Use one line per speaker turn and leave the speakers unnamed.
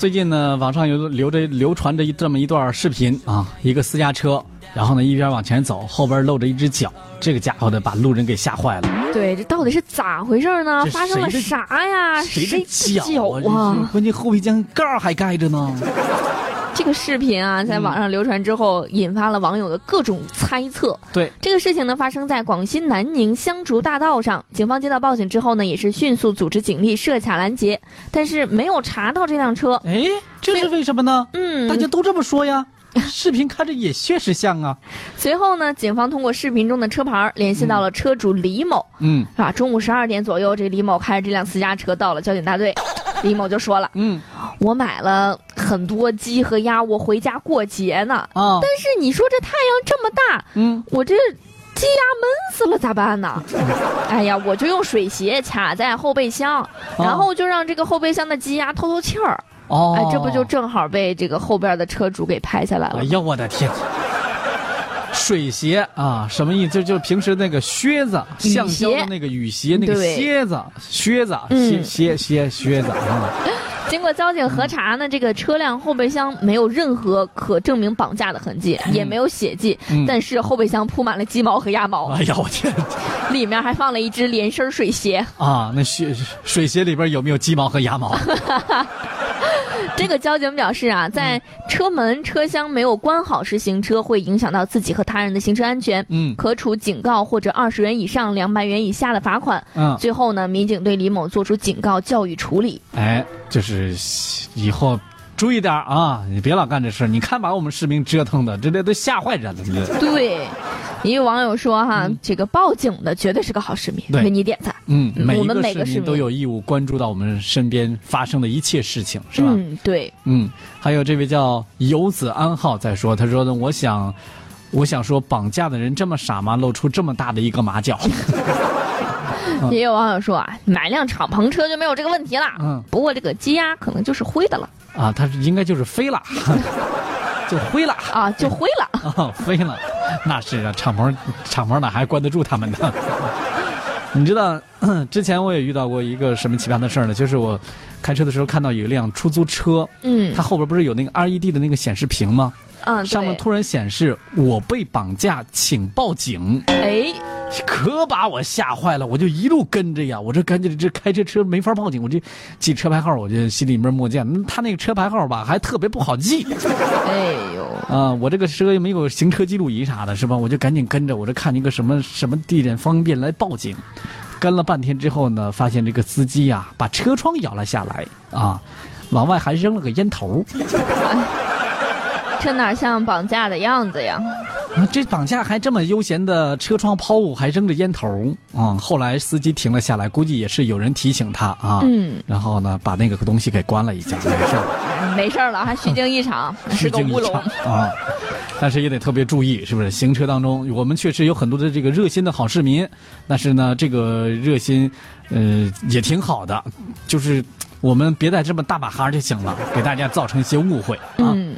最近呢，网上有流着流传着一这么一段视频啊，一个私家车，然后呢一边往前走，后边露着一只脚，这个家伙呢把路人给吓坏了。
对，这到底是咋回事呢？
这
发生了
谁的
啥呀？
谁的
的
脚啊？这是关键后备箱盖儿还盖着呢。
嗯这个视频啊，在网上流传之后，引发了网友的各种猜测。
对，
这个事情呢，发生在广西南宁香竹大道上。警方接到报警之后呢，也是迅速组织警力设卡拦截，但是没有查到这辆车。
哎，这是为什么呢？
嗯，
大家都这么说 呀。视频看着也确实像啊。
随后呢，警方通过视频中的车牌儿联系到了车主李某。
嗯
啊，中午十二点左右，这李某开着这辆私家车到了交警大队，李某就说了
嗯：“
我买了很多鸡和鸭，我回家过节呢。
啊
但是你说这太阳这么大，
嗯，
我这鸡鸭闷死了咋办 呢？哎呀，我就用水鞋卡在后备箱，然后就让这个后备箱的鸡鸭透透气儿。
哦，
哎，这不就正好被这个后边的车主给拍下来了
哎？呀，我的天！水鞋啊，什么意思？就就平时那个靴子，
雨鞋
橡胶的那个雨鞋，那个
对
靴子，靴子，
嗯
靴靴靴靴子啊！
经过交警核查呢，这个车辆后备箱没有任何可证明绑架的痕迹，也没有血迹，
嗯
但是后备箱铺满了鸡毛和鸭毛，
哎呀，我天
里面还放了一只连身水鞋。
啊！那靴水鞋里边有没有鸡毛和鸭毛？
这个交警表示啊，
嗯
在车门、车厢没有关好时行车，会影响到自己和他人的行车安全，
嗯
可处警告或者二十元以上两百元以下的罚款。
嗯，
最后呢，民警对李某作出警告、教育处理。
哎，就是以后注意点儿啊！你别老干这事儿你看把我们市民折腾的，这这都吓坏人了，这这
对，也有网友说哈，这个报警的绝对是个好市民，
嗯对
为你点赞。
嗯，
嗯
每
我
一
们
个
每
市
个市
民
民
都有义务关注到我们身边发生的一切事情，是吧？
嗯，对，
嗯，还有这位叫游子安浩在说，他说呢，我想，我想说，绑架的人这么傻吗？露出这么大的一个马脚，
也有网友说啊，买辆敞篷车就没有这个问题了。
嗯
不过这个鸡鸭可能就是灰的了
啊，他应该就是飞了， 就灰了
啊，就灰了。
啊，飞了，那是啊，敞篷敞篷哪还关得住他们呢？ 你知道， 之前我也遇到过一个什么奇葩的事儿呢？就是我开车的时候看到有一辆出租车，
嗯
它后边不是有那个 LED 的那个显示屏吗？
嗯，
上面
对
突然显示“我被绑架，请报警”。
哎，
可把我吓坏了，我就一路跟着呀，我这赶紧这开这车没法报警，我这记车牌号，我就心里面默念，嗯他那个车牌号吧还特别不好记
哎呦，
啊、我这个车又没有行车记录仪啥的，是吧？我就赶紧跟着，我这看一个什么什么地点方便来报警。跟了半天之后呢，发现这个司机呀、把车窗摇了下来啊，往外还扔了个烟头。
这哪像绑架的样子呀？
啊这绑架还这么悠闲的车窗抛物，还扔着烟头啊、后来司机停了下来，估计也是有人提醒他啊。
嗯，
然后呢，把那个东西给关了一下，没事儿，
哎没事儿了，还虚惊一场， 是
虚
个
惊
乌
一
龙
场。啊。但是也得特别注意，是不是？行车当中，我们确实有很多的这个热心的好市民，但是呢，这个热心，呃，也挺好的，就是我们别再这么大马哈就行了，给大家造成一些误会啊。
嗯。